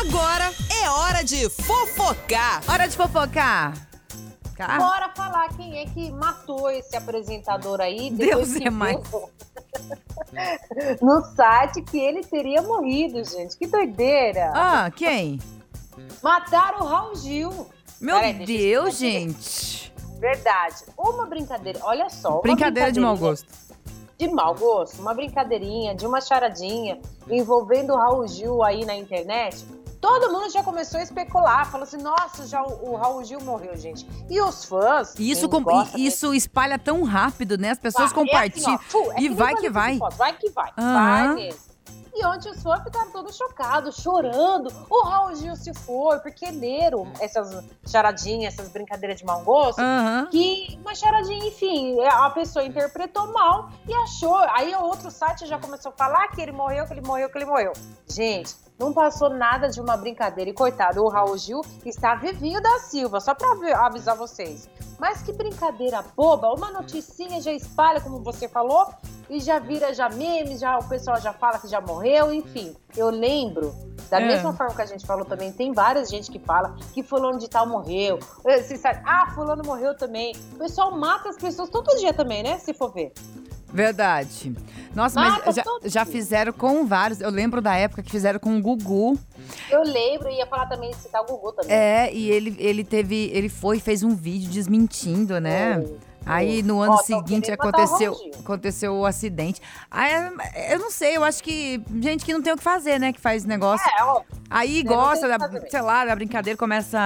Agora é hora de fofocar. Hora de fofocar. Tá? Bora falar quem é que matou esse apresentador aí. Deus depois que é mais. viu No site que ele teria morrido, gente. Que doideira. Ah, quem? Mataram o Raul Gil. Meu Peraí, deixa eu Deus, explicar gente. Verdade. Uma brincadeira. Olha só. uma Brincadeira de mau gosto. de mau gosto, uma brincadeirinha, de uma charadinha envolvendo o Raul Gil aí na internet, todo mundo já começou a especular, falou assim: nossa, já o, o Raul Gil morreu, gente. E os fãs. E isso, quem com- e gosta isso espalha tão rápido, né? As pessoas Vai, é assim, compartilham. ó, fu, é e nem vai quando que você vai. foto, Vai que vai. Aham. Vai mesmo. E ontem os fãs ficaram todos chocados, chorando. O Raul Gil se foi, porque leram essas charadinhas, essas brincadeiras de mau gosto. É. Aham. Que uma charadinha, enfim, é, a pessoa interpretou mal e achou. Aí o outro site já começou a falar que ele morreu, que ele morreu, que ele morreu. Gente, não passou nada de uma brincadeira. E coitado, o Raul Gil está vivinho da Silva, só pra avi- avisar vocês. Mas que brincadeira boba, uma noticinha já espalha, como você falou, e já vira já meme, já, o pessoal já fala que já morreu, enfim. Eu lembro, da É. mesma forma que a gente falou também, tem várias gente que fala que fulano de tal morreu, eh, se sabe, ah, fulano morreu também. O pessoal mata as pessoas todo dia também, né, se for ver. Verdade. Nossa, Mata mas já, todo já dia. fizeram com vários. Eu lembro da época que fizeram com o Gugu. Eu lembro, e ia falar também, citar o Gugu também. É, e ele, ele teve. Ele foi e fez um vídeo desmentindo, né? Foi, Aí foi. no ano Ó, tão seguinte querendo matar o aconteceu, Raul Gil. aconteceu o acidente. Aí, é, eu não sei, eu acho que gente que não tem o que fazer, né? Que faz negócio. É, ó, Aí não gosta, tem o da, que fazer. sei lá, da brincadeira, começa.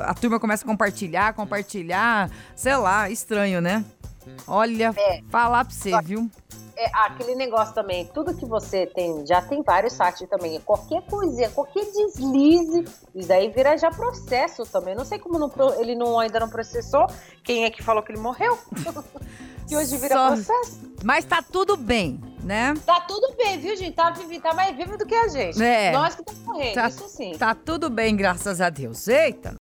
A turma começa a compartilhar, compartilhar. Sei lá, estranho, né? Olha, É. falar pra você, viu? é, aquele negócio também, tudo que você tem, já tem vários sites também, qualquer coisinha, qualquer deslize, isso daí vira já processo também. Não sei como não pro- ele não, ainda não processou, quem é que falou que ele morreu? que hoje vira Só- processo. Mas tá tudo bem, né? Tá tudo bem, viu, gente? Tá, vivi- tá mais vivo do que a gente. É. Nós que estamos morrendo, Tá- isso sim. Tá tudo bem, graças a Deus. Eita!